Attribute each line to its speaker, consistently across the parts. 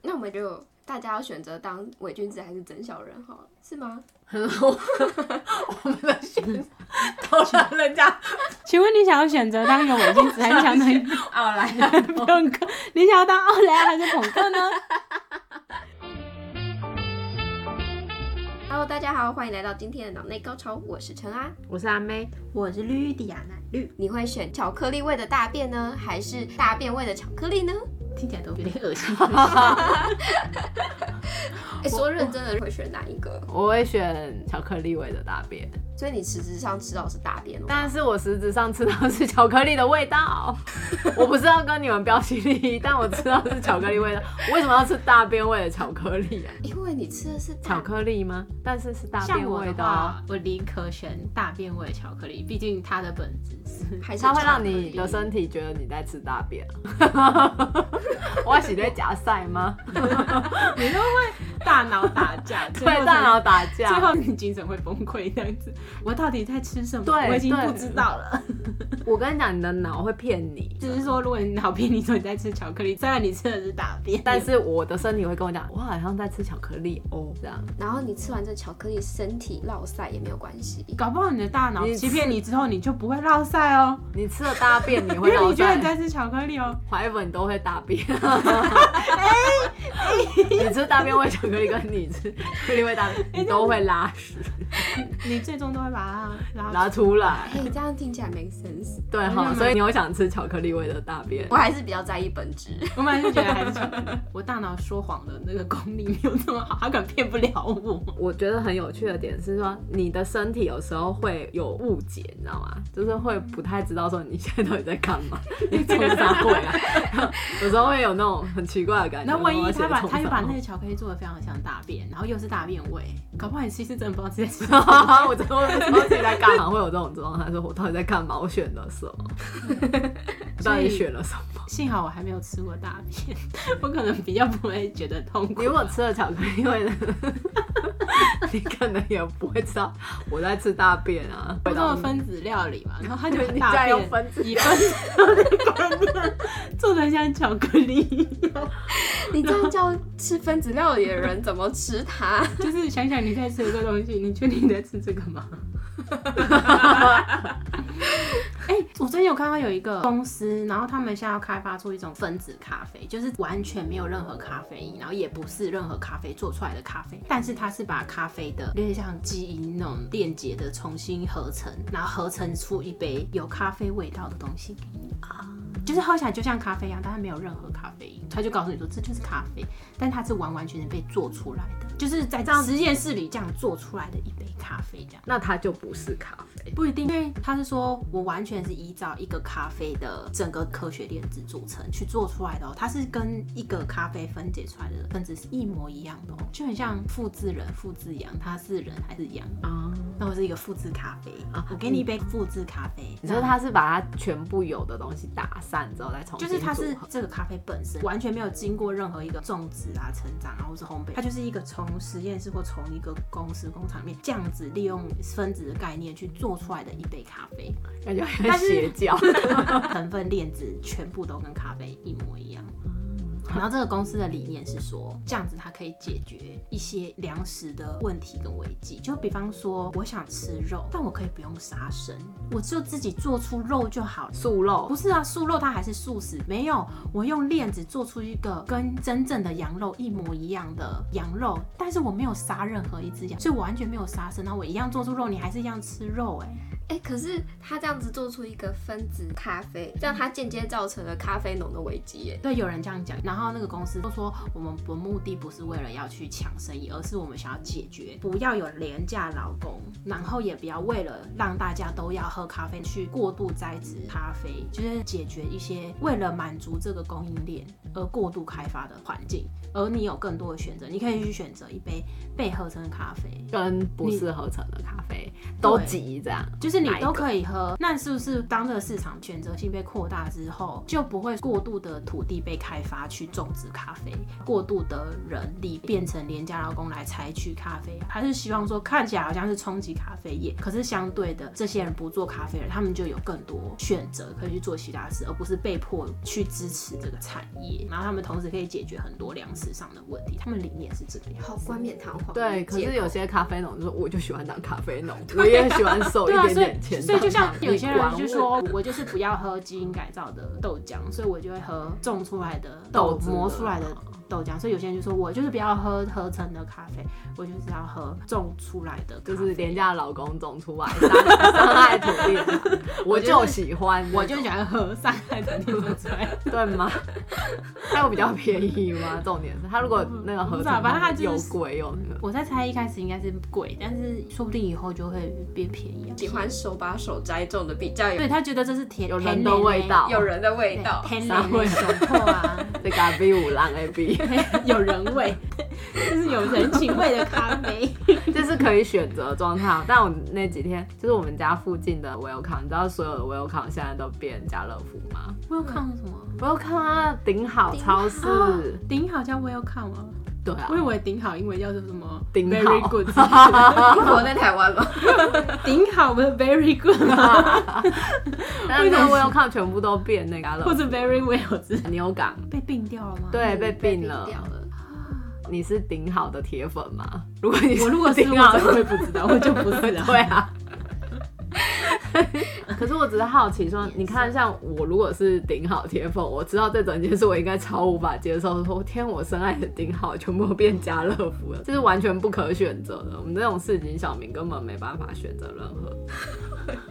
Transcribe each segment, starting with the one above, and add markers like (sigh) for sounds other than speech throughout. Speaker 1: 那我们就大家要选择当伪君子还是真小人好了，是吗？
Speaker 2: 我们的选择都让人家
Speaker 3: 请问你想要选择当一个伪君子，还是想当一个
Speaker 4: 哦
Speaker 2: 奥莱啊，
Speaker 3: 朋克？你想要当奥莱还是朋克
Speaker 4: (laughs)
Speaker 3: 呢？
Speaker 1: Hello，大家好，欢迎来到今天的脑内高潮，我是陈安。
Speaker 2: 我是阿妹，
Speaker 4: 我是绿地亚奶绿，
Speaker 1: 你会选巧克力味的大便呢，还是大便味的巧克力呢？
Speaker 2: 听起来都有点
Speaker 3: (laughs)
Speaker 2: 恶心。
Speaker 1: 哎、说认真的会选哪一个？
Speaker 2: 我会选巧克力味的大便，
Speaker 1: 所以你实质上吃到的是大便哦。
Speaker 2: 但是我实质上吃到是巧克力的味道。我不是要跟你们标新立异，但我吃到是巧克力味道。我为什么要吃大便味的巧克力
Speaker 4: (laughs)
Speaker 2: 啊？
Speaker 1: 因为你吃的是大
Speaker 2: 巧克力吗？但是是大
Speaker 4: 像
Speaker 2: 便
Speaker 4: 我
Speaker 2: 味
Speaker 4: 的
Speaker 2: 道啊。
Speaker 4: 话，我宁可选大便味的巧克力，毕竟它的本质是
Speaker 1: 还是
Speaker 2: 它会
Speaker 1: 巧
Speaker 2: 让
Speaker 1: 克
Speaker 2: 你
Speaker 1: 力
Speaker 2: 的身体觉得你在吃大
Speaker 4: (laughs)
Speaker 2: 便。我洗在假赛
Speaker 4: (laughs)
Speaker 2: 吗？
Speaker 4: 大脑打
Speaker 3: (laughs)
Speaker 4: 架，对
Speaker 2: 对，大脑打架。
Speaker 4: 啊最后你精神会崩溃这样子。我到底在吃什么？
Speaker 2: 对
Speaker 4: 我已经不
Speaker 2: 对
Speaker 4: 知道了。
Speaker 2: 我跟你讲，你的脑会骗你，
Speaker 4: (laughs) 只是说，如果你脑骗你说你在吃巧克力，虽然你吃的是大便，
Speaker 2: 但是我的身体会跟我讲，我好像在吃巧克力哦，这样。
Speaker 1: 然后你吃完这巧克力，身体落晒也没有关系。
Speaker 4: 搞不好你的大脑
Speaker 2: 你
Speaker 4: 欺骗你之后，你就不会落晒哦，
Speaker 2: 你吃了大便，你
Speaker 4: (laughs) 因
Speaker 2: 会
Speaker 4: 为
Speaker 2: 脑
Speaker 4: 你觉得你
Speaker 2: 袋
Speaker 4: 在吃巧克力哦。
Speaker 2: 怀粉都会大
Speaker 4: (laughs)
Speaker 2: 便。你吃大便味巧克力，跟你吃巧克力味大
Speaker 4: 哎
Speaker 2: 便，你都会拉屎
Speaker 4: 你最终都会把
Speaker 3: (laughs)
Speaker 4: 它拉
Speaker 2: 拉出来。
Speaker 1: 哎、这样听起来 make sense。
Speaker 2: 对哈，所以你有想吃巧克力味的大便
Speaker 1: 我？还是比较在意本质。 (laughs)
Speaker 4: (laughs) 我本来是觉得还是巧克力，我大脑说谎的那个功力没有这么好，他可能骗不了我。
Speaker 2: 我觉得很有趣的点是说，你的身体有时候会有误解，你知道吗？就是会不太知道说你现在到底在干
Speaker 4: (laughs)
Speaker 2: 嘛，你冲啥会啊？有时候会有那种很奇怪的感觉。
Speaker 4: 那万一他把他又
Speaker 2: 又
Speaker 4: 把 (laughs) 那个巧克力做的非常像大便，然后又是大便味，搞不好你其实真的不知道自己在吃什么。
Speaker 2: 个， (laughs) 我真的不知道自己在干嘛，会有这种状态，说我到底在干嘛？我选了什么？
Speaker 4: 嗯
Speaker 2: (laughs) 我到底选了什
Speaker 4: (laughs)
Speaker 2: 么？
Speaker 4: 幸好我还没有吃过大便，我可能比较不会觉得痛苦吧。
Speaker 2: 你如果吃了巧克力味的， (laughs) 你可能也不会知道我在吃大便啊。
Speaker 4: 不做分子料理嘛，然后他就
Speaker 2: (laughs) 你
Speaker 4: 大
Speaker 2: 家
Speaker 4: 便
Speaker 2: 用分子
Speaker 4: 以分子料理 (laughs) 做的像巧克力，
Speaker 1: 你这样叫吃分子料理的人怎么吃它？
Speaker 4: 就是想想你在吃这个东西，你确定你在吃这个吗？ (laughs) 哎、我最近有看到有一个公司，然后他们现在要开发出一种分子咖啡，就是完全没有任何咖啡因，然后也不是任何咖啡做出来的咖啡，但是它是把咖啡的有点像基因那种链接的重新合成，然后合成出一杯有咖啡味道的东西给你啊，就是喝起来就像咖啡一样，但它没有任何咖啡因，他就告诉你说这就是咖啡，但它是完完全全被做出来的，就是在这样实验室里这样做出来的一杯咖啡这样。
Speaker 2: 那它就不是咖啡。
Speaker 4: 不一定，因为他是说我完全是依照一个咖啡的整个科学链子组成去做出来的哦，它是跟一个咖啡分解出来的分子是一模一样
Speaker 2: 啊
Speaker 4: 的哦，就很像复制人、复制羊，它是人还是羊？
Speaker 2: 啊。
Speaker 4: 那我是一个复制咖啡
Speaker 2: 啊
Speaker 4: 我给你一杯复制咖啡，
Speaker 2: 你说它是把它全部有的东西打散之后再重
Speaker 4: 就
Speaker 2: 新
Speaker 4: 是它
Speaker 2: 组
Speaker 4: 是
Speaker 2: 合
Speaker 4: 这个咖啡本身完全没有经过任何一个种植啊、成长啊，或是烘焙，它就是一个从实验室或从一个公司工厂里面这样子利用分子的概念去做出来的一杯咖啡。 (laughs)
Speaker 2: 感觉很
Speaker 4: 但是
Speaker 2: 邪
Speaker 4: (laughs)
Speaker 2: 教。
Speaker 4: 成分链子全部都跟咖啡一模一样。然后这个公司的理念是说，这样子它可以解决一些粮食的问题跟危机。就比方说，我想吃肉，但我可以不用杀生，我就自己做出肉就好了。
Speaker 2: 素肉
Speaker 4: 不是啊，素肉它还是素食，没有我用链子做出一个跟真正的羊肉一模一样的羊肉，但是我没有杀任何一只羊，所以我完全没有杀生，然后我一样做出肉，你还是一样吃肉、哎。
Speaker 1: 哎、可是他这样子做出一个分子咖啡，这样他间接造成了咖啡农的危机耶。
Speaker 4: 对，有人这样讲，然后那个公司就说，我们不目的不是为了要去抢生意，而是我们想要解决不要有廉价劳工，然后也不要为了让大家都要喝咖啡去过度栽植咖啡，就是解决一些为了满足这个供应链而过度开发的环境，而你有更多的选择，你可以去选择一杯被合成的咖啡，
Speaker 2: 跟不是合成的咖啡都
Speaker 4: 对
Speaker 2: 挤这样，
Speaker 4: 就就是你
Speaker 2: 哪一
Speaker 4: 都
Speaker 2: 个
Speaker 4: 可以喝。那是不是当这个市场选择性被扩大之后，就不会过度的土地被开发去种植咖啡，过度的人力变成廉价劳工来采取咖啡？还是希望说看起来好像是冲击咖啡业，可是相对的，这些人不做咖啡了，他们就有更多选择可以去做其他事，而不是被迫去支持这个产业。然后他们同时可以解决很多粮食上的问题，他们理念是这个样子。
Speaker 1: 好冠冕堂皇的借
Speaker 2: 对，
Speaker 1: 口。
Speaker 2: 可是有些咖啡农就说，我就喜欢当咖啡
Speaker 4: (laughs)
Speaker 2: 农，我也喜欢收一
Speaker 4: 对啊，
Speaker 2: 点
Speaker 4: 所
Speaker 2: 点
Speaker 4: 以
Speaker 2: 钱
Speaker 4: 所以
Speaker 2: 当咖啡。
Speaker 4: 就像有些人
Speaker 2: 你
Speaker 4: 就
Speaker 2: 管
Speaker 4: 说
Speaker 2: 我，
Speaker 4: 我就是不要喝基因改造的豆浆，所以我就会喝种出来的
Speaker 2: 豆
Speaker 4: 豆
Speaker 2: 子啊
Speaker 4: 磨出来的豆浆。所以有些人就说我就是不要喝合成的咖啡，我就是要喝种出来的咖啡，
Speaker 2: 就是廉价老公种出来
Speaker 4: (laughs)
Speaker 2: 伤伤害土地的，我就喜欢，
Speaker 4: 我就喜欢喝上海的那种出来的。 (laughs)
Speaker 2: 对吗？它有比较便宜吗？重点是它如果那个
Speaker 4: 我不
Speaker 2: 合
Speaker 4: 知道
Speaker 2: 成
Speaker 4: 反正它
Speaker 2: 它
Speaker 4: 就是
Speaker 2: 又贵又那个，
Speaker 4: 我在猜一开始应该是贵，但是说不定以后就会变便宜。
Speaker 1: 喜欢手把手摘种的比较有
Speaker 4: 对他觉得这是甜
Speaker 2: 有
Speaker 4: 甜
Speaker 2: 人的味道，
Speaker 1: 有人的味
Speaker 4: 对
Speaker 1: 道。 (laughs)
Speaker 4: 甜
Speaker 2: 啥
Speaker 4: 美
Speaker 2: 味
Speaker 4: 的雄厚啊。 (laughs)
Speaker 2: 这个 B 五浪 A B，
Speaker 4: 有人味， (laughs) 就是有人情味的咖啡。
Speaker 2: 这是可以选择状态。但我那几天就是我们家附近的 Welcome，你知道所有的 Welcome 现在都变家乐福吗
Speaker 4: 我有看什么？
Speaker 2: ？Welcome 啊，顶好超市，
Speaker 4: 顶好叫 Welcome 吗？
Speaker 2: 对啊
Speaker 4: 啊我以，为顶好英文叫做什么
Speaker 2: 顶好
Speaker 4: Very
Speaker 2: (laughs)
Speaker 4: good，
Speaker 1: 英国在台 (laughs) 湾吗？
Speaker 4: 顶好不是 Very good 吗？
Speaker 2: 但是那 Welcome 全部都变那个家乐
Speaker 4: 或
Speaker 2: 福
Speaker 4: 者 Very well 之类
Speaker 2: 牛港，
Speaker 4: 被并掉了吗？
Speaker 2: 对，被并
Speaker 1: 了
Speaker 2: 了。。你是顶好的铁粉吗？如果你
Speaker 4: 我如果是
Speaker 2: 顶
Speaker 4: 我
Speaker 2: 好
Speaker 4: 怎么
Speaker 2: 的，
Speaker 4: 会不知道？我就不是
Speaker 2: (laughs)
Speaker 4: 啊。
Speaker 2: 对啊。可是我只是好奇说，你看，像我如果是顶好铁粉，我知道这整件事我应该超无法接受。说天，我深爱的顶好全部都变家乐福了，这是 (laughs) 完全不可选择的。我们这种市井小民根本没办法选择任何，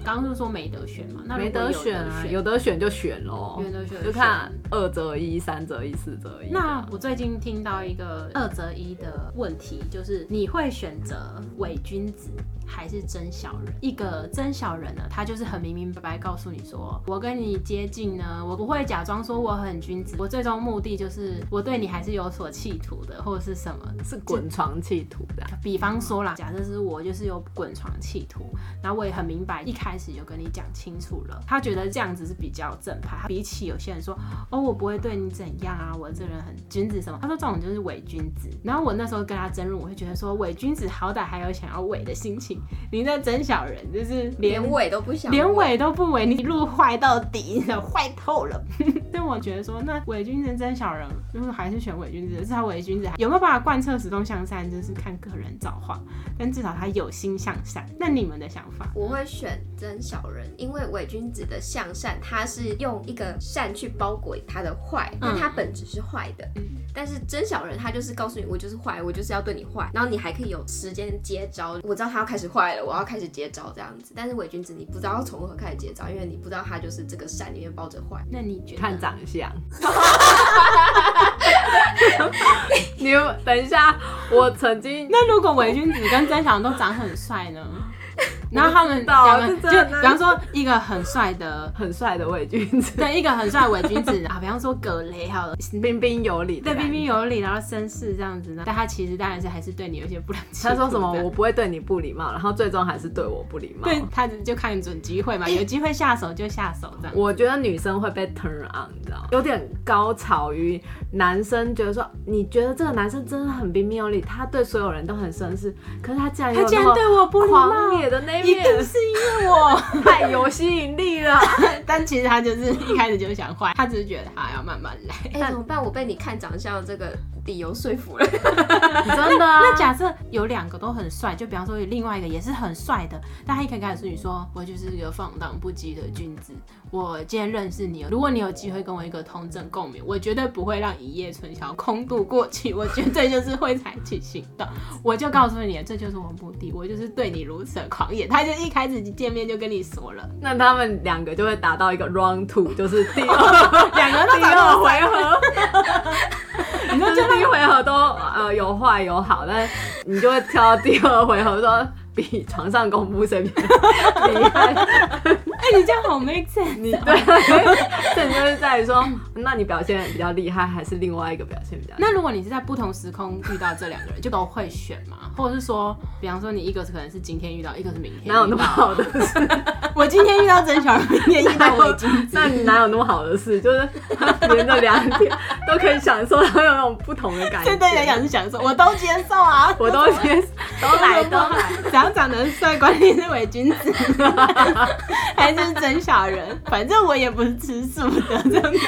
Speaker 4: 刚刚是说没得选嘛？那如
Speaker 2: 没
Speaker 4: 果有
Speaker 2: 得
Speaker 4: 得
Speaker 2: 选啊，有得选就选喽
Speaker 4: 有，得选
Speaker 2: 就看。二择一、三择一、四择一。
Speaker 4: 那我最近听到一个二择一的问题，就是你会选择伪君子还是真小人？一个真小人呢，他就是很明明白白告诉你说，我跟你接近呢，我不会假装说我很君子，我最终目的就是我对你还是有所企图的，或者是什么的。
Speaker 2: 是滚床企图的啊，
Speaker 4: 比方说啦，假设是我就是有滚床企图，然后我也很明白，一开始就跟你讲清楚了。他觉得这样子是比较正派，比起有些人说哦，我不会对你怎样啊，我这人很君子什么，他说这种就是伪君子。然后我那时候跟他争论，我会觉得说伪君子好歹还有想要伪的心情，你那真小人就是连
Speaker 1: 连尾都不想，
Speaker 4: 连尾都不尾，你路坏到底， (laughs) 你知道坏透
Speaker 2: (laughs)
Speaker 4: 了。但我觉得说，那伪君子真小人，就是还是选伪君子，至少伪君子有没有办法贯彻始终向善，就是看个人造化。但至少他有心向善。那你们的想法？
Speaker 1: 我会选真小人，因为伪君子的向善，他是用一个善去包裹他的
Speaker 2: 嗯
Speaker 1: 坏，但他本质是坏的。但是真小人，他就是告诉你，我就是坏，我就是要对你坏，然后你还可以有时间接招。我知道他要开始坏了，我要开始接招这样子。但是伪君子，你不知道要从何开始接招，因为你不知道他就是这个善里面包着坏。
Speaker 4: 那你觉得？
Speaker 2: 看长相。 (laughs) 你有等一下，我曾经
Speaker 4: 那如果伪君子跟真小人都长很帅
Speaker 2: (laughs)
Speaker 4: 呢？然后他们
Speaker 2: 知道
Speaker 4: 两个
Speaker 2: 这
Speaker 4: 就
Speaker 2: 真的很难
Speaker 4: 比方说一个很帅的，
Speaker 2: 很帅的伪君
Speaker 4: (laughs)
Speaker 2: 子，
Speaker 4: 对一个很帅的伪君子 (laughs) 啊，比方说葛雷好了，
Speaker 2: 彬彬有礼。
Speaker 4: 对彬彬。有礼，然后绅士这样子呢，但他其实当然是还是对你有一些不良企图
Speaker 2: 他
Speaker 4: 的。
Speaker 2: 说什么？我不会对你不礼貌，然后最终还是对我不礼貌。
Speaker 4: 对，他就看准机会嘛，有机会下手就下手这样。
Speaker 2: 我觉得女生会被 turn on，你知道吗，有点高潮于男生觉得说，你觉得这个男生真的很彬彬有礼，他对所有人都很绅士，可是他竟然
Speaker 4: 他
Speaker 2: 有
Speaker 4: 竟
Speaker 2: 那
Speaker 4: 哎然
Speaker 2: 么
Speaker 4: 对我不礼
Speaker 2: 狂
Speaker 4: 貌，
Speaker 2: 野的那一
Speaker 4: 一定
Speaker 2: 面，
Speaker 4: 是因为我。
Speaker 2: 太有吸引力了。
Speaker 4: (laughs) 但其实他就是一开始就想坏，他只是觉得他要慢慢来。
Speaker 1: 哎、怎么办？我被你看长相这个理由说服
Speaker 2: (laughs)
Speaker 1: 了。
Speaker 2: (laughs) 真的啊、
Speaker 4: 那假设有两个都很帅，就比方说有另外一个也是很帅的，但他一开始跟你说，我就是一个放荡不羁的君子，我今天认识你了，哦如果你有机会跟我一个同枕共眠，我绝对不会让一夜春宵空度过去，我绝对就是会采取行动。我就告诉你，这就是我目的，我就是对你如此的狂野。他就一开始见面就跟你
Speaker 2: (laughs)
Speaker 4: 说了，
Speaker 2: 那他们两个就会达到一个 round two，就是第二
Speaker 4: (laughs) 两个都
Speaker 2: 第
Speaker 4: 长得
Speaker 2: 二
Speaker 4: 很
Speaker 2: 回
Speaker 4: 帅，
Speaker 2: 合，
Speaker 4: 你
Speaker 2: 就
Speaker 4: 说就是
Speaker 2: 第一回合都呃有坏有好，但你就会挑到第二回合说比床上功夫谁比较厉害。
Speaker 4: 哎、
Speaker 3: 你这样好 make sense。
Speaker 2: 你对，这就是在于说，那你表现比较厉害，还是另外一个表现比较厉害？
Speaker 4: 那如果你是在不同时空遇到这两个人，就都会选吗？或者是说，比方说你一个可能是今天遇到，一个是明天遇到？
Speaker 2: 哪有那么好的事？
Speaker 4: (laughs) 我今天遇到曾小人，明天
Speaker 2: (laughs)
Speaker 4: 遇
Speaker 2: 哎
Speaker 4: 到我已经。
Speaker 2: 那你哪有那么好的事？就是连着两天都可以享受到有那种不同的感觉。
Speaker 4: 对对来讲是享
Speaker 2: 哎
Speaker 4: 受，我都接受啊，
Speaker 2: 我都先都来都来，
Speaker 4: 只要长得帅，管你是伪君
Speaker 2: (laughs)
Speaker 4: 子还是真小人，反正我也不是吃素的，这样子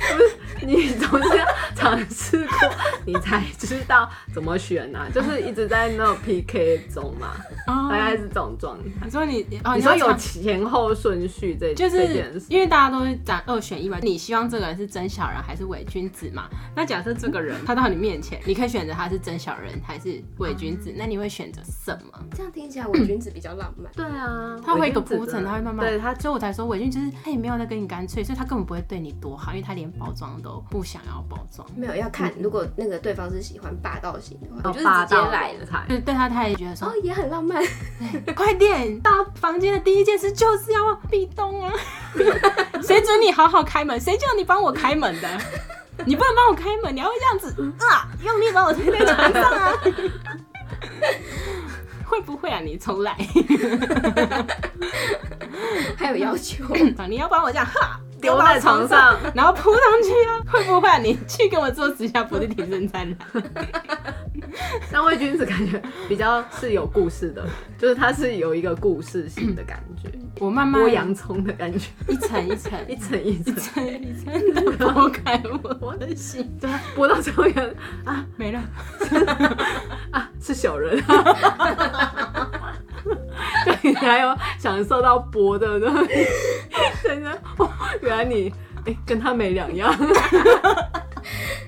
Speaker 2: (laughs) 你总是要尝试过，你才知道怎么选啊。 (laughs) 就是一直在那种 PK 中嘛，
Speaker 4: 哦
Speaker 2: 大概是这种状态。
Speaker 4: 你说你，哦、
Speaker 2: 你说
Speaker 4: 要
Speaker 2: 有
Speaker 4: 尝
Speaker 2: 前后顺序这
Speaker 4: 就
Speaker 2: 这
Speaker 4: 是
Speaker 2: 件事，
Speaker 4: 因为大家都是讲二选一嘛，你希望这个人是真小人还是伪君子嘛？那假设这个人他到你面前，你可以选择他是真小人还是伪君子，那你会选择什么？
Speaker 1: 这样听起来伪君子比较浪漫。
Speaker 2: 对啊，
Speaker 4: 他会有一个
Speaker 2: 我已经
Speaker 4: 铺
Speaker 2: 指
Speaker 4: 陈，
Speaker 2: 着
Speaker 4: 他会慢慢哦
Speaker 2: 对他
Speaker 4: 所以我才说伪君就是他也没有在跟你干脆，所以他根本不会对你多好，因为他连包装都不想要包装。
Speaker 1: 没有要看，如果那个对方是喜欢霸道型的话，
Speaker 2: 嗯哦
Speaker 1: 你就是
Speaker 2: 霸
Speaker 1: 直接
Speaker 2: 道
Speaker 1: 来了
Speaker 2: 总。裁
Speaker 4: (laughs) 就是对他，他也觉得说
Speaker 1: 哦，，也很浪漫，
Speaker 2: 哦
Speaker 4: 快点到房间的第一件事就是要壁咚
Speaker 2: (laughs)
Speaker 4: 啊！谁准你好好开门？谁叫你帮我开门的？你不能帮我开门，你要这样子啊，用力把我推在床
Speaker 2: (laughs)
Speaker 4: 上啊！会不会啊？你重来， (laughs)
Speaker 1: 还有要
Speaker 4: (laughs)
Speaker 1: 求。
Speaker 4: 你要帮我这样哈
Speaker 2: 丢在床
Speaker 4: 上，
Speaker 2: 上， (laughs)
Speaker 4: (laughs) 然后扑上去啊？会不会啊？你去跟我做十下伏地挺身再来。
Speaker 2: 但魏君子感觉比较是有故事的，就是他是有一个故事性的感觉，
Speaker 4: 我慢慢
Speaker 2: 剥洋葱的感觉，
Speaker 4: 一层一层
Speaker 2: 一层一层，
Speaker 4: 一层的剥开我的心，
Speaker 2: 对啊，剥到最后一个
Speaker 4: 没了。
Speaker 2: 啊是小人，对，你还有享受到剥的呢，真的，哦原来你哎、跟他没两样，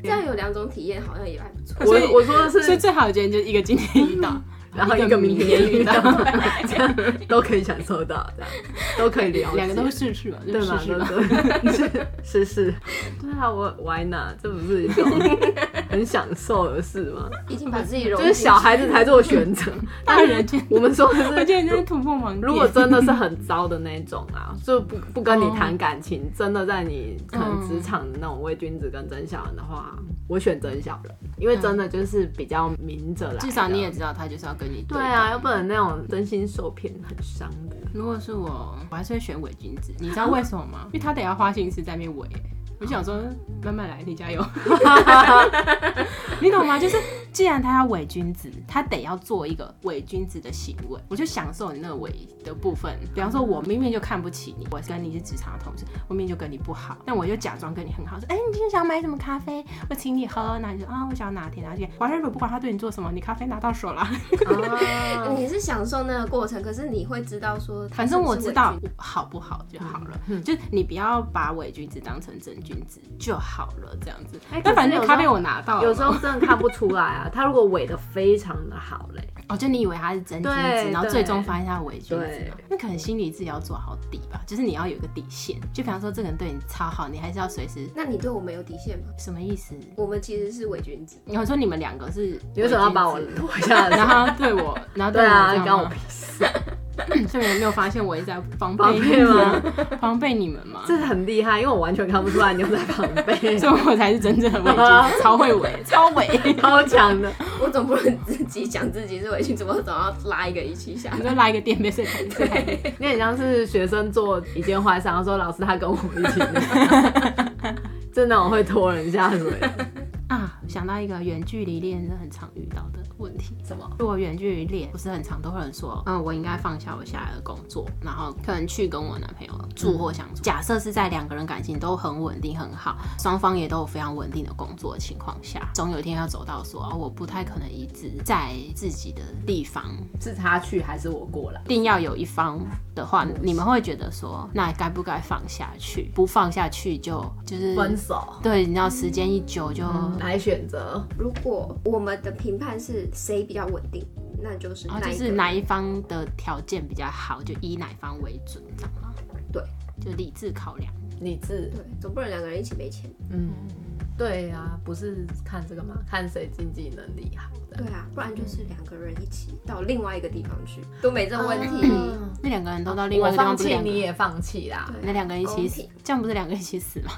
Speaker 1: 这样有两种体验，好像也还不错。
Speaker 4: 所以
Speaker 2: 我我说的
Speaker 4: 所以
Speaker 2: 是，
Speaker 4: 最好的建议就是一个今天遇到，
Speaker 2: 然嗯后一个明天遇到，这样都可以享受到，这样都可以聊，
Speaker 4: (laughs) 两个都试试吧，就
Speaker 2: 对嘛
Speaker 4: 试试吧。
Speaker 2: 对对，是是是，对啊，我 why not？这不是一种很享受的事吗？
Speaker 1: 已经把自己融
Speaker 2: 就
Speaker 1: 进
Speaker 2: 是
Speaker 1: 去，
Speaker 2: 小孩子才做选择，
Speaker 4: 大人觉得
Speaker 2: 我们说的
Speaker 4: 我
Speaker 2: 是。
Speaker 4: 觉得你真是突破盲点。
Speaker 2: 如果真的是很糟的那种
Speaker 4: (laughs)
Speaker 2: 啊，就不不跟你谈感情，真的在你可能职场的那种伪君子跟真小人的话，我选真小人，因为真的就是比较明着来的。
Speaker 4: 至少你也知道他就是要跟你
Speaker 2: 对
Speaker 4: 干
Speaker 2: 啊，要不然那种真心受骗很
Speaker 4: (laughs)
Speaker 2: 伤的。
Speaker 4: 如果是我，我还是会选伪君子。你知道为什么吗？因为他得要花心思在面伪。我就想说，慢慢来，你加油，你懂吗？就是既然他要伪君子，他得要做一个伪君子的行为，我就享受你那个伪的部分。比方说，我明明就看不起你，我跟你是职场的同事，我明明就跟你不好，但我就假装跟你很好，说，哎、你今天想买什么咖啡？我请你喝。那你就啊，我想要拿铁，拿铁。whatever，不管他对你做什么，你咖啡拿到手了。
Speaker 2: 啊
Speaker 1: 嗯你是享受那个过程，可是你会知道说，
Speaker 4: (laughs) 反正我知道好不好就好了，
Speaker 2: 嗯
Speaker 4: 就是你不要把伪君子当成真君子就好了，这样子
Speaker 2: 哎。
Speaker 4: 但反
Speaker 2: 可是有时
Speaker 4: 正
Speaker 2: 候
Speaker 4: 咖啡我拿到了，
Speaker 2: 有时候真的看不出来
Speaker 4: (laughs)
Speaker 2: 啊，他如果伪的非常的好嘞，
Speaker 4: 哦，就你以为他是真君子，
Speaker 2: 对
Speaker 4: 然后最终发现他是伪君子
Speaker 2: 对
Speaker 4: 嘛，那可能心理治疗做好底吧，就是你要有一个底线。就比方说这个人对你超好，你还是要随时
Speaker 1: 那你对我们有底线吗？
Speaker 4: 什么意思？
Speaker 1: 我们其实是伪君子，
Speaker 4: 我说你们两个是，
Speaker 2: 你为什么要把我拖下来？
Speaker 4: (laughs) 然后 (laughs) 对我，然
Speaker 2: (laughs)
Speaker 4: 后
Speaker 2: 对啊，
Speaker 4: 我这
Speaker 2: 关
Speaker 4: 样
Speaker 2: 我 (laughs)
Speaker 4: 吗
Speaker 2: 屁事，
Speaker 4: 所以你没有发现我一直在防
Speaker 2: 防
Speaker 4: 备
Speaker 2: 备
Speaker 4: 你
Speaker 2: 吗
Speaker 4: 们，？ (laughs) 防备你们嘛？
Speaker 2: 这很厉害，因为我完全看不出来你有在防
Speaker 4: (laughs)
Speaker 2: 备，
Speaker 4: 所以我才是真正的伪
Speaker 2: (laughs)
Speaker 4: 君子，超会伪，超伪。
Speaker 2: 超强的。
Speaker 1: 我总不能自己讲自己是伪君子，我总要拉一个一起想
Speaker 4: (laughs) 你。就拉一个垫背睡台睡台垫
Speaker 2: 你很像是学生做一件坏事，然后说老师他跟我一起 (laughs) 的，就那种会拖人下水。
Speaker 4: 啊，想到一个远距离恋是很常遇到的问题。
Speaker 2: 什么？
Speaker 4: 如果远距离恋，不是很常都会有人说，嗯，我应该放下我现在的工作，然后可能去跟我男朋友住或相处。假设是在两个人感情都很稳定很好，双方也都有非常稳定的工作的情况下，总有一天要走到说，哦，我不太可能一直在自己的地方，
Speaker 2: 是他去还是我过来
Speaker 4: 一？定要有一方的话，你们会觉得说，那该不该放下去？不放下去就就是
Speaker 2: 分手
Speaker 4: 对，你知道时间一久就、
Speaker 2: 来选择，
Speaker 1: 如果我们的评判是谁比较稳定，那就是
Speaker 4: 然后
Speaker 1: 那
Speaker 4: 哦就
Speaker 1: 一
Speaker 4: 是
Speaker 1: 个
Speaker 4: 哪一方的条件比较好，就以哪一方为准，这样吗？
Speaker 1: 对，
Speaker 4: 就理智考量。
Speaker 2: 理智。
Speaker 1: 对，总不能两个人一起没钱。
Speaker 2: 嗯，对呀、不是看这个嘛，看谁经济能力好的
Speaker 1: 对。啊，不然就是两个人一起到另外一个地方去，都没这个问题。
Speaker 4: 嗯那两个人都到另外
Speaker 2: 哦我
Speaker 4: 一个地方，
Speaker 2: 放
Speaker 4: 不
Speaker 2: 弃
Speaker 4: 是两个
Speaker 2: 你也放弃啦，
Speaker 1: 对啊
Speaker 4: 啊那两个人一起
Speaker 1: 公
Speaker 4: 死
Speaker 1: 平，
Speaker 4: 这样不是两个人一起死
Speaker 2: (laughs)
Speaker 4: 吗？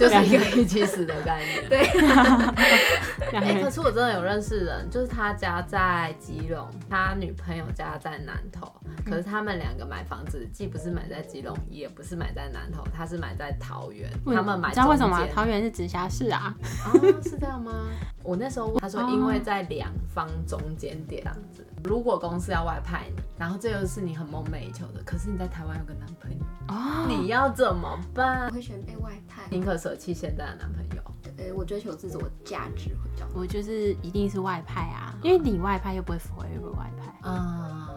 Speaker 2: 就是一个一起死的概念。
Speaker 1: 对，
Speaker 4: 两个 (laughs)
Speaker 2: 哎、可
Speaker 4: 人
Speaker 2: 是我真的有认识人，就是他家在基隆，他女朋友家在南投，可是他们两个买房子，既不是买在基隆，也不是买在南投，他是买在桃园。他们买
Speaker 4: 嗯你知道为什
Speaker 2: 中
Speaker 4: 么吗
Speaker 2: 间？
Speaker 4: 桃园是直辖市啊，
Speaker 2: 哦，是这样吗？我那时候问他说，
Speaker 4: 哦
Speaker 2: 因为在两方中间点这样子，如果公司要外派你，然后这又是你很梦寐以求的，可是你在台湾有个男朋友，
Speaker 4: 哦，
Speaker 2: 你要怎么办
Speaker 1: 我？啊会选被外派，
Speaker 2: 宁可舍弃现在的男朋友。
Speaker 1: 呃，我追求自我价值会比较多。
Speaker 4: 我就是一定是外派啊，因为你外派又不会符合日本外派，
Speaker 2: 啊、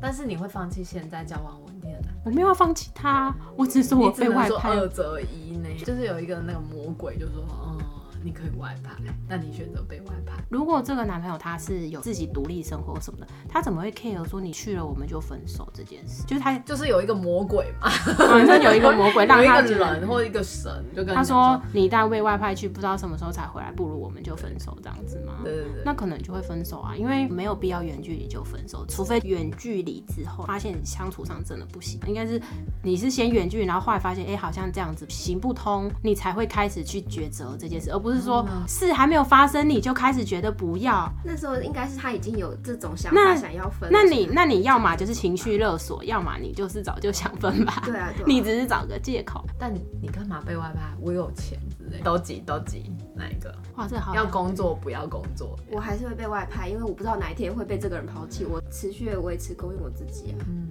Speaker 2: 但是你会放弃现在交往稳定的男
Speaker 4: 我没有要放弃他，我只是说
Speaker 2: 你
Speaker 4: 我
Speaker 2: 只
Speaker 4: 被
Speaker 2: 能
Speaker 4: 外
Speaker 2: 说呃
Speaker 4: 派，
Speaker 2: 二择一呢，就是有一个那个魔鬼就说，嗯，你可以外派，那你选择被外派，
Speaker 4: 如果这个男朋友他是有自己独立生活什么的，他怎么会 care 说你去了我们就分手这件事？就是他
Speaker 2: (laughs) 就是有一个魔鬼嘛，
Speaker 4: 反正有一个魔鬼
Speaker 2: 有
Speaker 4: 让
Speaker 2: 一
Speaker 4: 他
Speaker 2: 个
Speaker 4: 觉得
Speaker 2: 人或一个神就跟你
Speaker 4: 他
Speaker 2: 讲
Speaker 4: 说，你带被外派去，不知道什么时候才回来，不如我们就分手这样子吗？
Speaker 2: 对对对，
Speaker 4: 那可能就会分手啊，因为没有必要远距离就分手，除非远距离之后发现相处上真的不行，应该是你是先远距离，然后后来发现哎、诶好像这样子行不通，你才会开始去抉择这件事，而不是说
Speaker 2: 嗯
Speaker 4: 事还没有发生你就开始觉得不要。
Speaker 1: 那时候应该是他已经有这种想
Speaker 4: 那
Speaker 1: 法，想要分了。
Speaker 4: 那你那你要么就是情绪勒索，要么你就是早就想分吧，
Speaker 1: 对啊，对啊
Speaker 4: (laughs) 你只是找个借口。
Speaker 2: 但你干嘛被外派？我有钱之类的，都急都急，哪一个？
Speaker 4: 哇，这好
Speaker 2: 要工作不要工作？
Speaker 1: 我还是会被外派，因为我不知道哪一天会被这个人抛弃。我持续的维持供应我自己啊，
Speaker 2: 嗯，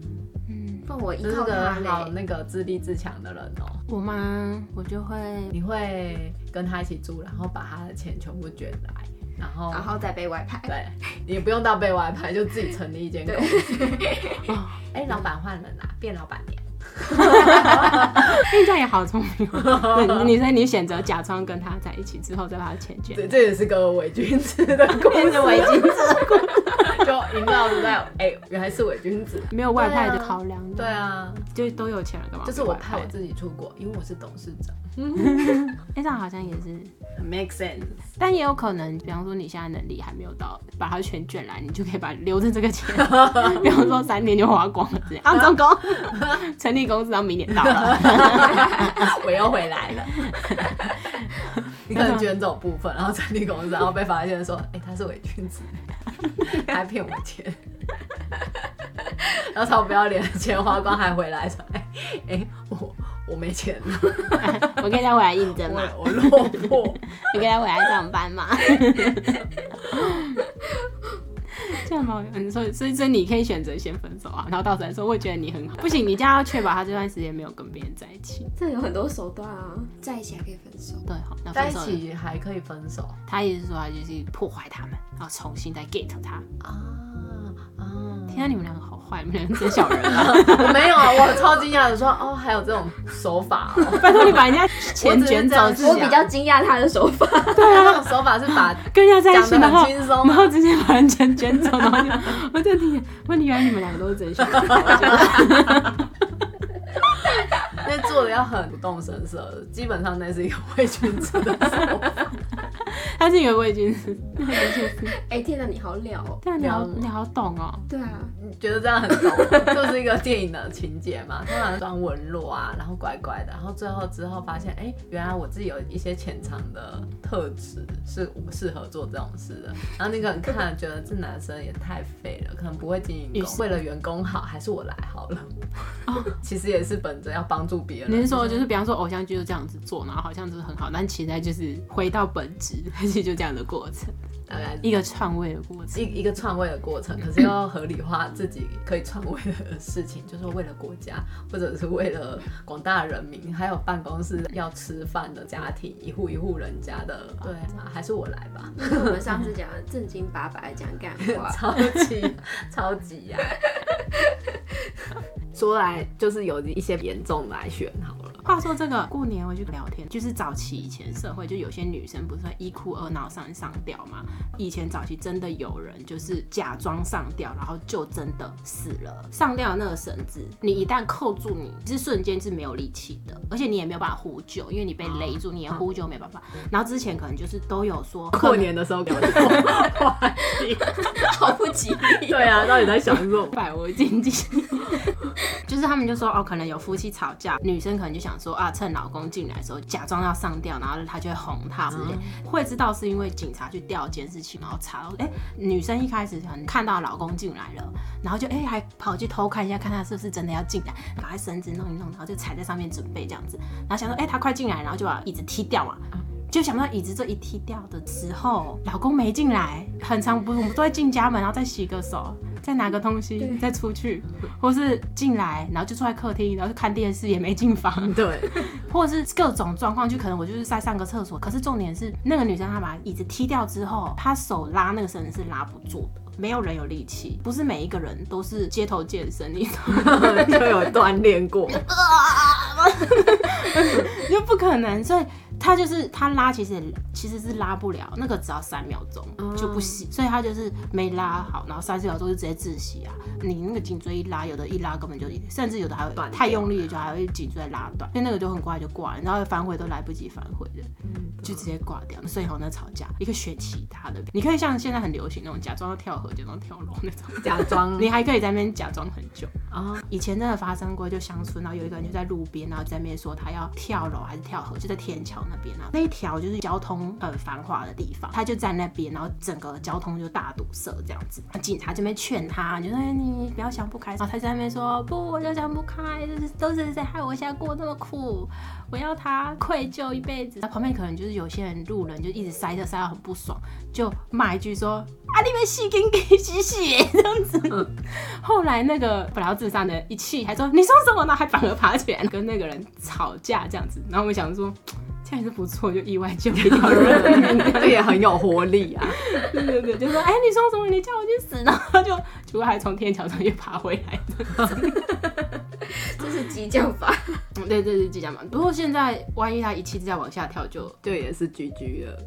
Speaker 4: 嗯，
Speaker 1: 不然我依
Speaker 2: 就是
Speaker 1: 靠
Speaker 2: 个
Speaker 1: 他
Speaker 2: 好
Speaker 1: 嘞。
Speaker 2: 那个自立自强的人哦、
Speaker 4: 我吗？我就会
Speaker 2: 你会跟他一起住，然后把他的钱全部卷来，然后
Speaker 1: 然后再被外派，
Speaker 2: 对，也不用到被外派，就自己成立一间公司。 (laughs) 哎、老板换人啦、变老板娘。
Speaker 4: 现在也好聪明哦。 (laughs) 你你说你选择假装跟他在一起之后，再把他钱捐。
Speaker 2: 对，这也是个伪君子的故事，
Speaker 4: 是伪
Speaker 2: 子
Speaker 4: 君
Speaker 2: 的故事， (laughs) 就引导在哎、原来是伪君子。
Speaker 4: 没有外派的考量，
Speaker 2: 对，啊，
Speaker 4: 就都有钱了干嘛？
Speaker 2: 就是我
Speaker 4: 派
Speaker 2: 派我。自己出国，因为我是董事长
Speaker 4: 哎，这样好像也是，
Speaker 2: ，make sense。
Speaker 4: 但也有可能，比方说你现在能力还没有到，把它全卷来，你就可以把留着这个
Speaker 2: (laughs)
Speaker 4: 钱，比方说三年就花光了这样。啊，糟糕， (laughs) 成立公司到明年到了， (laughs)
Speaker 2: (laughs) 我又回来了。你可能卷走部分，然后成立公司，然后被发现说，哎、他是伪君子，他还骗我钱，然后超不要脸的钱花光还回来说，哎、哎、我我没钱了，
Speaker 4: 我可以再回来应征嘛？
Speaker 2: 我我落 (laughs) 魄。
Speaker 4: 你跟他回来上班嘛？ (laughs) 这样吗？嗯，所以所以所以你可以选择先分手啊，然后到时候说我觉得你很好，不行，你这样要确保他这段时间没有跟别人在一起。
Speaker 1: 这有很多手段啊，在一起还可以分手。
Speaker 4: 对，好，那
Speaker 2: 在
Speaker 4: 分
Speaker 2: 一
Speaker 4: 手了
Speaker 2: 起还可以分手
Speaker 4: 他意思说他就是破坏他们，然后重新再 get 他。
Speaker 2: 啊啊！
Speaker 4: 天啊，你们两个好坏，你们两个真小人啊！
Speaker 2: (laughs)
Speaker 4: (laughs)
Speaker 2: 我没有啊，我超惊讶的说，哦，还有这种手法、哦，
Speaker 4: 拜托你把人家钱卷走
Speaker 2: 我只是
Speaker 1: (laughs) 我
Speaker 2: 这样
Speaker 4: 自己啊
Speaker 1: 比，较惊讶他的手法，
Speaker 2: 这 (laughs) 种手法是把
Speaker 4: 跟人家啊在一起，
Speaker 2: 讲得
Speaker 4: 然
Speaker 2: 很
Speaker 4: 后
Speaker 2: 轻松啊
Speaker 4: 然后直接把人钱卷走，然后就我就听，问你原来你们两个都是真小人， (laughs)
Speaker 2: 那做的要很不动声色，基本上那是一个伪君子的手法。
Speaker 4: 他是原味 (laughs) 君子。
Speaker 1: 哎、天哪，你好了哦。
Speaker 4: 但啊你好
Speaker 2: 了解
Speaker 4: 你好懂哦，
Speaker 1: (laughs) 对啊，
Speaker 2: 你 (laughs) 觉得这样很懂吗？就是一个电影的情节嘛，通常装文弱啊，然后乖乖的，然后最后之后发现，哎、原来我自己有一些潜藏的特质是我适合做这种事的。然后那个人看了觉得这男生也太废了，可能不会经营
Speaker 4: 也
Speaker 2: 工，
Speaker 4: 是
Speaker 2: 为了员工好，还是我来好了。 (laughs) 其实也是本着要帮助别人。
Speaker 4: 你是说就是比方说偶像剧就这样子做，然后好像就是很好，但其实它就是回到本质， (laughs) 还是就这样的过程，
Speaker 2: 大概
Speaker 4: 一个篡位的过程。
Speaker 2: 一一个篡位的过程，可是 (laughs) 要合理化自己可以篡位的事情，就是为了国家，或者是为了广大人民，还有办公室要吃饭的家庭，一户一户人家的，对啊，还是我来吧， (laughs)
Speaker 1: 就是我们上次讲的正经八百讲干 (laughs) 话，
Speaker 2: 超级超级呀、说来就是有一些严重来选好了。
Speaker 4: 话说这个过年回去聊天，就是早期以前社会，就有些女生不是会一哭二闹三上吊嘛？以前早期真的有人就是假装上吊，然后就真的死了。上吊的那个绳子，你一旦扣住你，是瞬间是没有力气的，而且你也没有办法呼救，因为你被勒住，你也呼救没办法。然后之前可能就是都有说
Speaker 2: 过年的时候给我做。
Speaker 1: 好不吉 (laughs) 利。
Speaker 2: (laughs) 对啊，到底在想什 (laughs) 么？
Speaker 4: 百无禁忌， (laughs) 就是他们就说哦，可能有夫妻吵架，女生可能就想说啊，趁老公进来的时候假装要上吊，然后他就会哄她之类。会知道是因为警察去调监视器，然后查到，哎、女生一开始可能看到老公进来了，然后就哎、还跑去偷看一下，看他是不是真的要进来，把他绳子弄一弄，然后就踩在上面准备这样子，然后想说哎、他快进来，然后就把椅子踢掉嘛。就想到椅子这一踢掉的时候，老公没进来，很长不是我们都会进家门，然后再洗个手，再拿个东西，再出去，或是进来，然后就坐在客厅，然后就看电视，也没进房， (laughs)
Speaker 2: 嗯对，
Speaker 4: 或者是各种状况，就可能我就是在上个厕所，可是重点是那个女生她把椅子踢掉之后，她手拉那个绳子是拉不住的。没有人有力气，不是每一个人都是街头健身，你
Speaker 2: 就有锻炼过。
Speaker 4: 就不可能，所以他就是他拉，其实其实是拉不了，那个只要三秒钟
Speaker 2: 嗯
Speaker 4: 就不行，所以他就是没拉好，然后三十秒钟就直接窒息啊！你那个颈椎一拉，有的一拉根本就甚至有的还
Speaker 2: 断
Speaker 4: 会
Speaker 2: 掉
Speaker 4: 太用力，就还会颈椎拉断，所以那个就很快就挂了，然后反悔都来不及反悔的，
Speaker 2: 嗯
Speaker 4: 就
Speaker 2: 啊
Speaker 4: 直接挂掉。所以好那吵架一个学期他的，你可以像现在很流行那种假装要跳河、假装跳楼那种，
Speaker 2: 假装
Speaker 4: 你还可以在那边假装很久。
Speaker 2: 啊，
Speaker 4: 以前真的发生过，就乡村，然后有一个人就在路边，然后在那边说他要跳楼还是跳河，就在天桥那边啊，那一条就是交通很繁华的地方，他就在那边，然后整个交通就大堵塞这样子。啊警察这边劝他，就说、哎你不要想不开，然后他在那边说不，我就想不开，就是都是在害我现在过那么苦，我要他愧疚一辈子。旁边可能就是有些人路人就一直塞车塞到很不爽，就骂一句说啊你们细跟给洗洗这样子。后来那个本来要自杀的一气还说你说什么呢？还反而爬起来跟那个人吵架这样子。然后我们想说，这样也是不错，就意外救了一条 (laughs) 人
Speaker 2: (laughs)
Speaker 4: 命。
Speaker 2: 这也很有活力啊。
Speaker 4: 对对对，就说哎、你说什么？你叫我去死？然后他就结果还从天桥上又爬回来。
Speaker 1: 这是激将法。
Speaker 4: 嗯对对对，就这样嘛。不过现在万一他一气之下往下跳就，
Speaker 2: 就也是 GG 了。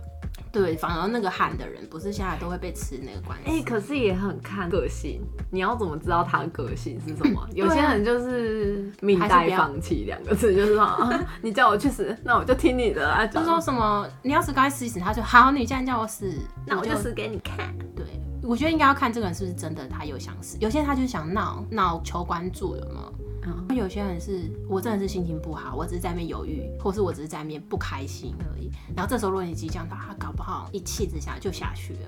Speaker 4: 对，反而那个喊的人不是现在都会被吃那个官司。
Speaker 2: 哎、可是也很看个性，你要怎么知道他的个性是什么？有些人就是命带放弃两个字， (laughs) 就是说啊，你叫我去死，那我就听你的啊，就
Speaker 4: 就说什么你要是该死一死，他就好，你既然叫我死，
Speaker 1: 那我就死给你看。
Speaker 4: 对，我觉得应该要看这个人是不是真的他有想死，有些人他就是想闹闹求关注，有没有？
Speaker 2: 嗯
Speaker 4: 有些人是我真的是心情不好，我只是在那边犹豫，或是我只是在那边不开心而已。然后这时候如果你激将他，他搞不好一气之下就下去了。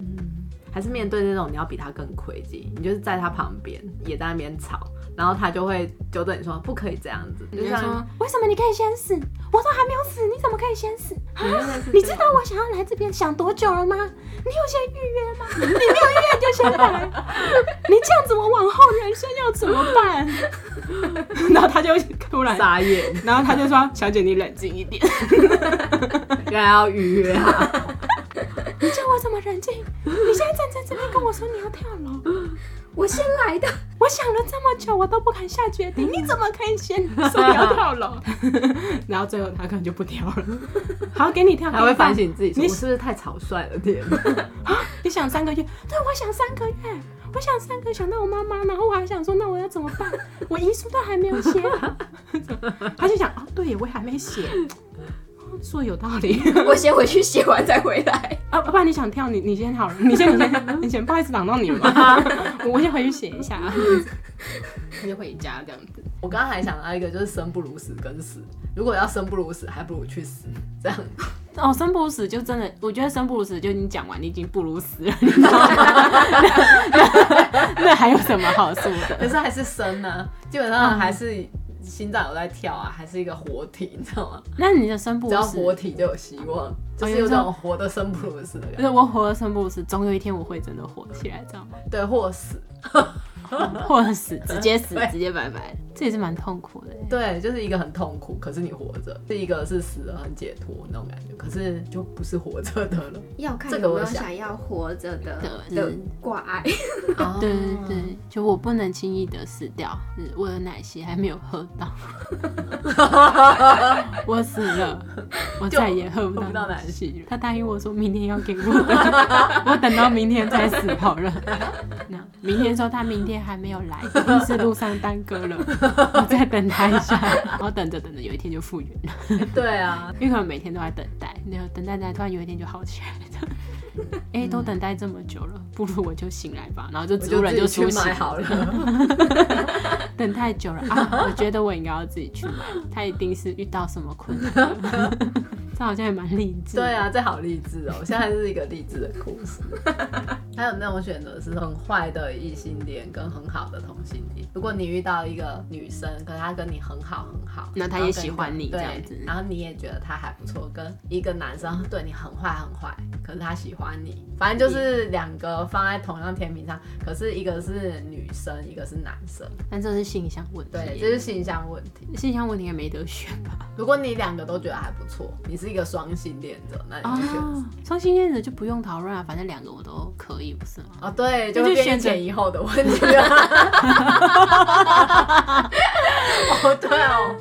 Speaker 2: 还是面对那种你要比他更亏己，你就是在他旁边也在那边吵，然后他就会纠正你说不可以这样子，
Speaker 4: 你就
Speaker 2: 像 (laughs)
Speaker 4: 说为什么你可以先死？我都还没有死，你怎么可以先死？
Speaker 2: 你真的是
Speaker 4: 你
Speaker 2: 这
Speaker 4: 知
Speaker 2: 样
Speaker 4: 道我想要来这边想多久了吗？你有先预约吗？你没有预约你就先来，你这样子我往后人生要怎么办？ (laughs) 然后他就突然
Speaker 2: 傻眼，
Speaker 4: 然后他就说：“小姐，你冷静一点，
Speaker 2: 原来要预约啊，
Speaker 4: 你叫我怎么冷静？你现在站在这边跟我说你要跳楼，
Speaker 1: (laughs) 我先来的，
Speaker 4: 我想了这么久，我都不敢下决定，你怎么可以先说你要跳楼？” (laughs) 然后最后他可能就不跳了。 (laughs) 好，给你跳，
Speaker 2: 还会反
Speaker 4: (laughs) 给你
Speaker 2: 省自己说
Speaker 4: 你
Speaker 2: 我是不是太草率了点？
Speaker 4: 跳。啊你想三个月，对我想三个月，我想三个月，想到我妈妈，然后我还想说，那我要怎么办？我遗书都还没有写好， (laughs) 他就想哦，对耶，我也还没写，说有道理。
Speaker 1: 我先回去写完再回来。
Speaker 4: 啊，不然你想跳，你你先好了，你先你先你先，不好意思挡到你了嘛， (laughs) 我先回去写一下，我 (laughs) 就回家这样子。
Speaker 2: 我刚刚还想到一个，就是生不如死跟死。如果要生不如死，还不如去死，这样
Speaker 4: 哦，生不如死就真的，我觉得生不如死就你讲完，你已经不如 (laughs) 死了，那还有什么好说的？
Speaker 2: 可是还是生呢、基本
Speaker 4: 嗯
Speaker 2: 上还是心脏有在跳啊，还是一个活体，你知道吗？
Speaker 4: 那你的生不
Speaker 2: 只
Speaker 4: 如
Speaker 2: 要
Speaker 4: 死，
Speaker 2: 活体就有希望，
Speaker 4: 哦
Speaker 2: 就是有种活的生不如死的感
Speaker 4: 就是我活了生不如死，总有一天我会真的活起来，这样吗？
Speaker 2: 觉，对，或死。
Speaker 4: 或者死，直接死，直接拜拜，这也是蛮痛苦的欸。
Speaker 2: 对，就是一个很痛苦，可是你活着；是一个是死了很解脱那种感觉，可是就不是活着的了。
Speaker 1: 要看
Speaker 2: 这
Speaker 1: 有
Speaker 2: 个
Speaker 1: 没
Speaker 2: 我
Speaker 1: 有
Speaker 2: 想
Speaker 1: 想要活着的
Speaker 4: 的
Speaker 1: 的
Speaker 4: 人
Speaker 1: 挂碍。
Speaker 4: (laughs) 对对对，
Speaker 2: 嗯
Speaker 4: 就我不能轻易的死掉，是我有奶昔还没有喝到，我死了，我再也喝不
Speaker 2: 喝不到
Speaker 4: 到
Speaker 2: 奶
Speaker 4: 奶
Speaker 2: 昔
Speaker 4: 昔了。他答应我说明天要给我的， (laughs) 我等到明天再死好了。那明天说他明天还没有来，一定是路上耽搁了，我再等他一下，然后等着等着，有一天就复原了，
Speaker 2: 对啊，
Speaker 4: 因为可能每天都在等待，然后等待等待，突然有一天就好起来了。 (laughs) 哎、都等待这么久了，不如我就醒来
Speaker 2: (laughs)
Speaker 4: 吧，然后就
Speaker 2: 我
Speaker 4: 植物
Speaker 2: 就
Speaker 4: 人
Speaker 2: 自己
Speaker 4: 就
Speaker 2: 去
Speaker 4: 苏醒
Speaker 2: 买
Speaker 4: 了。
Speaker 2: 好
Speaker 4: (laughs)
Speaker 2: 了。
Speaker 4: 等太久了啊！我觉得我应该要自己去买，他一定是遇到什么困难。
Speaker 2: (laughs)
Speaker 4: 这好像也蛮励志。
Speaker 2: 对，啊，这好励志哦！现在是一个励志的故
Speaker 4: (laughs)
Speaker 2: 事。还有那种选择是很坏的异性恋跟很好的同性恋。如果你遇到一个女生，可是她跟你很好很好，
Speaker 4: 那她
Speaker 2: 然后
Speaker 4: 也
Speaker 2: 跟
Speaker 4: 喜欢你
Speaker 2: 对
Speaker 4: 这样子
Speaker 2: 然后你也觉得她还不错，跟一个男生对你很坏很坏，可是他喜欢你，反正就是两个放在同样天平上，可是一个是女生，一个是男生，
Speaker 4: 但这是性向问题。
Speaker 2: 对，这是形象问题。
Speaker 4: 性向问题也没得选
Speaker 2: (laughs)
Speaker 4: 吧？
Speaker 2: 如果你两个都觉得还不错，你是一个双性恋者，那你
Speaker 4: 哦
Speaker 2: 就选择。
Speaker 4: 双性恋者就不用讨论了，啊反正两个我都可以，不是吗？
Speaker 2: 哦，对，就
Speaker 4: 那
Speaker 2: 会
Speaker 4: 就
Speaker 2: 变成
Speaker 4: 选择
Speaker 2: 前一后的问题了。 (laughs) 哦，对哦，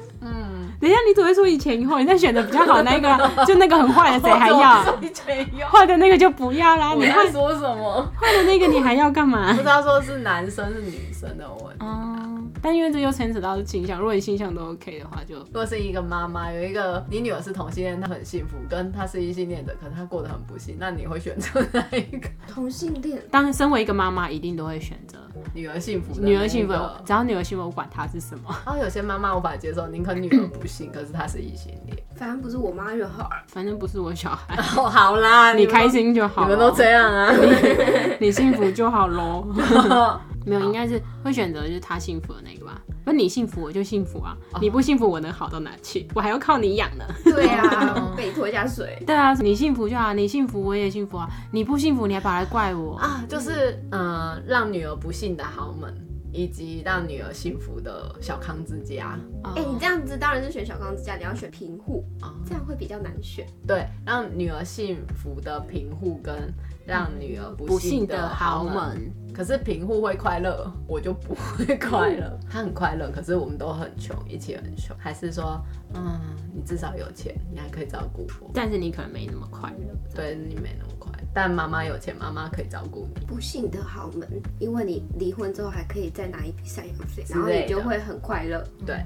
Speaker 3: 等一下，你只会说以前以后，你再选择比较好的那一个
Speaker 2: (laughs)
Speaker 3: 啊，就那个很坏的谁还要？
Speaker 2: 你前一后，
Speaker 3: 坏的那个就不要
Speaker 4: 啊
Speaker 3: 啦，
Speaker 2: 我
Speaker 3: 你坏
Speaker 2: 在说什么？ (laughs)
Speaker 3: 坏的那个你还要干嘛
Speaker 2: 不？知道说是男生是女生的问题。
Speaker 4: 嗯，
Speaker 3: 但因为这又牵扯到倾向，如果你倾向都 OK 的话，就
Speaker 2: 如果是一个妈妈，有一个你女儿是同性恋，她很幸福，跟她是异性恋的，可是她过得很不幸，那你会选择 (laughs) 哪一个？
Speaker 1: (laughs) 同性恋
Speaker 4: 当身为一个妈妈，一定都会选择
Speaker 2: 女儿幸福的那一
Speaker 4: 女
Speaker 2: 个，
Speaker 4: 儿幸福，哦只要女儿幸福，我管她是
Speaker 2: (laughs)
Speaker 4: 什么，
Speaker 2: 然后有些妈妈无法接受，宁可女儿不幸，可是她是异性恋。 (laughs)
Speaker 1: 反正不是我妈就好了。
Speaker 4: 反正不是我小孩，
Speaker 2: 哦，好啦，
Speaker 4: 你
Speaker 2: 们
Speaker 4: 开心就好
Speaker 2: 你们
Speaker 4: 咯。
Speaker 2: 都这样啊？
Speaker 4: (laughs) 你幸福就好喽。
Speaker 2: (laughs)
Speaker 4: 没有，应该是会选择就是他幸福的那个吧。那你幸福我就幸福啊，
Speaker 2: 哦
Speaker 4: 你不幸福我能好到哪去？我还要靠你养呢。
Speaker 1: (laughs) 对 (laughs) 啊，被你拖下水。
Speaker 4: 对啊，你幸福就好，你幸福我也幸福啊。你不幸福你还跑来怪我，
Speaker 2: 啊，就是嗯、呃让女儿不幸的豪门，以及让女儿幸福的小康之家。
Speaker 4: 哦
Speaker 1: 哎、你这样子当然是选小康之家，你要选贫户，
Speaker 2: 哦
Speaker 1: 这样会比较难选。
Speaker 2: 对，让女儿幸福的贫户跟让女儿嗯不
Speaker 4: 不幸
Speaker 2: 幸的
Speaker 4: 的
Speaker 2: 豪
Speaker 4: 豪
Speaker 2: 门。
Speaker 4: 门，
Speaker 2: 可是贫户会快乐，我就不会快乐。他很快乐，可是我们都很穷，一起很穷。还是说，嗯，你至少有钱，你还可以照顾我。
Speaker 4: 但是你可能没那么快乐。
Speaker 2: 对你没那么快，但妈妈有钱，妈妈可以照顾你。
Speaker 1: 不幸的豪门，因为你离婚之后还可以再拿一笔赡养费，
Speaker 2: 之
Speaker 1: 然后你
Speaker 2: 类的
Speaker 1: 就会很快乐。
Speaker 2: 对，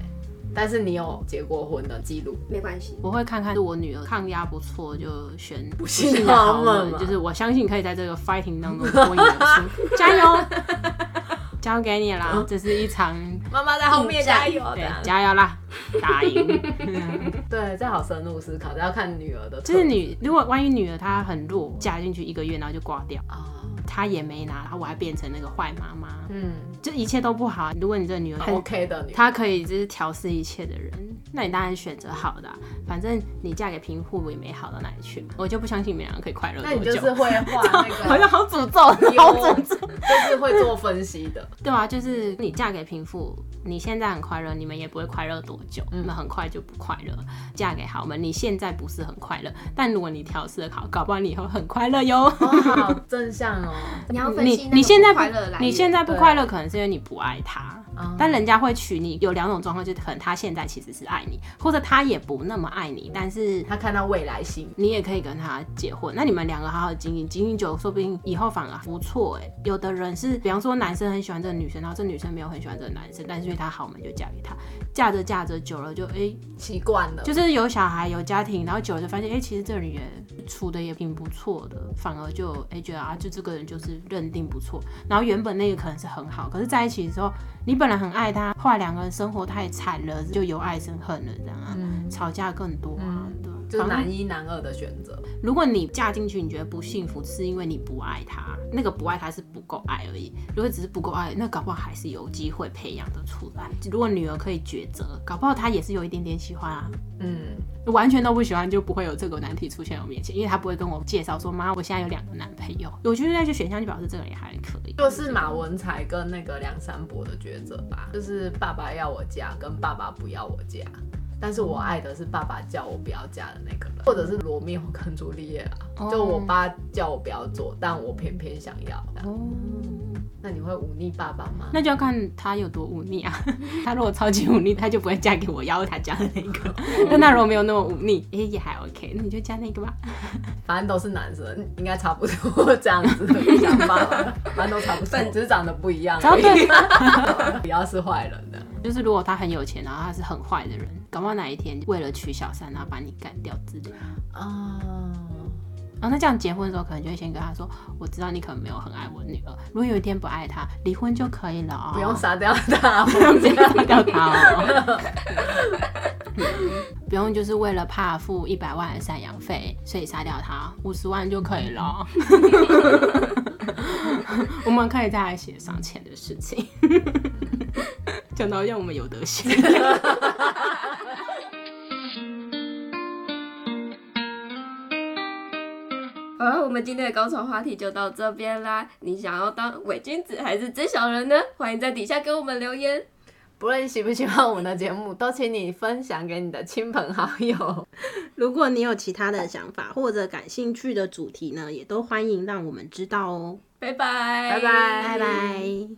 Speaker 2: 但是你有结过婚的记录，
Speaker 1: 没关系，
Speaker 4: 我会看看我女儿抗压不错，就选不
Speaker 2: 幸
Speaker 4: 幸的豪
Speaker 2: 豪门
Speaker 4: 门
Speaker 2: 嘛，
Speaker 4: 就是我相信可以在这个 fighting 当中脱颖而出，加油！交给你
Speaker 2: 嗯
Speaker 4: 啦，这是一场
Speaker 2: 妈妈在后面嗯加油这
Speaker 4: 对
Speaker 2: 样，
Speaker 4: 加油啦，打赢。 (laughs)
Speaker 2: 对，这好深入思考，这要看女儿的特质。
Speaker 4: 就是女，如果万一女儿她很弱，嫁进去一个月然后就挂掉，
Speaker 2: 啊，
Speaker 4: 她也没拿，然后我还变成那个坏妈妈，
Speaker 2: 嗯
Speaker 4: 就一切都不好。如果你这个女儿很
Speaker 2: ，OK 的女儿，
Speaker 4: 她可以就是调试一切的人，那你当然选择好的啊、反正你嫁给贫户也没好到哪里去嘛。我就不相信你们两个可以快乐
Speaker 2: 那
Speaker 4: 多
Speaker 2: 你就
Speaker 4: 久。
Speaker 2: 是会画那
Speaker 4: 好
Speaker 2: 个
Speaker 4: (laughs) 像好诅咒，好
Speaker 2: 优，
Speaker 4: 诅
Speaker 2: 就
Speaker 4: 咒。
Speaker 2: 是会做分析
Speaker 4: (laughs)
Speaker 2: 的。
Speaker 4: 对啊，就是你嫁给贫富，你现在很快乐，你们也不会快乐多久，
Speaker 1: 嗯
Speaker 4: 你们很快就不快乐。嫁给豪门，你现在不是很快乐，但如果你调试的好，搞不好你以后很快乐哟。
Speaker 2: 哦，好正向哦，
Speaker 1: 你要分析
Speaker 4: 你
Speaker 1: 那
Speaker 4: 你
Speaker 1: 个
Speaker 4: 现
Speaker 1: 不
Speaker 4: 在不
Speaker 1: 快乐的来源。
Speaker 4: 你现在不快乐，可能是因为你不爱他
Speaker 2: 哦。
Speaker 4: 但人家会娶你，有两种状况，就是可能他现在其实是爱你，或者他也不那么爱你，但是
Speaker 2: 他看到未来性，
Speaker 4: 你也可以跟他结婚。那你们两个好好经营，经营久，说不定以后反而不错哎。有的人是，比方说男生很喜欢这个女生，然后这女生没有很喜欢这个男生，但是因为他好嘛，就嫁给他，嫁着嫁着久了就哎、
Speaker 2: 习惯了，
Speaker 4: 就是有小孩有家庭，然后久了就发现哎、其实这个女人处的也挺不错的，反而就哎、觉得啊，就这个人就是认定不错。然后原本那个可能是很好，可是在一起的时候，你本来很爱他，嗯后来两个人生活太惨了，就由爱生恨了这样啊，吵架更多啊，对啊。
Speaker 2: 嗯就是男一男二的选择。
Speaker 4: 如果你嫁进去，你觉得不幸福，是因为你不爱他，那个不爱他是不够爱而已。如果只是不够爱，那搞不好还是有机会培养得出来。如果女儿可以抉择，搞不好她也是有一点点喜欢啊。
Speaker 2: 嗯，
Speaker 4: 完全都不喜欢，就不会有这个难题出现在我面前，因为他不会跟我介绍说，妈，我现在有两个男朋友。我觉得那些选项就表示这个人也还可以。
Speaker 2: 就是马文才跟那个梁山伯的抉择吧，就是爸爸要我嫁跟爸爸不要我嫁，但是我爱的是爸爸叫我不要嫁的那个人，或者是罗密欧跟朱丽叶啊，就我爸叫我不要做，但我偏偏想要。
Speaker 4: 哦，
Speaker 2: 那你会忤逆爸爸吗？
Speaker 4: 那就要看他有多忤逆啊。他如果超级忤逆，他就不会嫁给我要他嫁的那个。 (laughs) 但他如果没有那么忤逆，哎、也还 OK，那你就嫁那个吧。
Speaker 2: 反正都是男生，应该差不多 (laughs) 这样子的想法吧，反正都差不多，只是长得不一样而已。 (laughs) 不要是坏人的。
Speaker 4: 就是如果他很有钱，然后他是很坏的人，搞不好哪一天为了娶小三，然后把你干掉之类的。
Speaker 2: 啊、
Speaker 4: 然后那这样结婚的时候，可能就会先跟他说，我知道你可能没有很爱我女儿，如果有一天不爱她，离婚就可以了哦。
Speaker 2: 不
Speaker 4: (laughs)
Speaker 2: 用杀掉他，
Speaker 4: 直
Speaker 2: (laughs)
Speaker 4: 接杀掉他哦。 (laughs) 不用，就是为了怕付一百万的赡养费，所以杀掉他五十万就可以了。哦 (laughs) 我们可以再来协商钱的事情， (laughs) 讲到让我们有德行。
Speaker 1: 好了，我们今天的高潮话题就到这边啦。你想要当伪君子还是真小人呢？欢迎在底下给我们留言。
Speaker 2: 不论你喜不喜欢我们的节目，都请你分享给你的亲朋好友。
Speaker 4: 如果你有其他的想法或者感兴趣的主题呢，也都欢迎让我们知道哦。
Speaker 1: 拜拜，
Speaker 2: 拜拜
Speaker 4: 拜拜。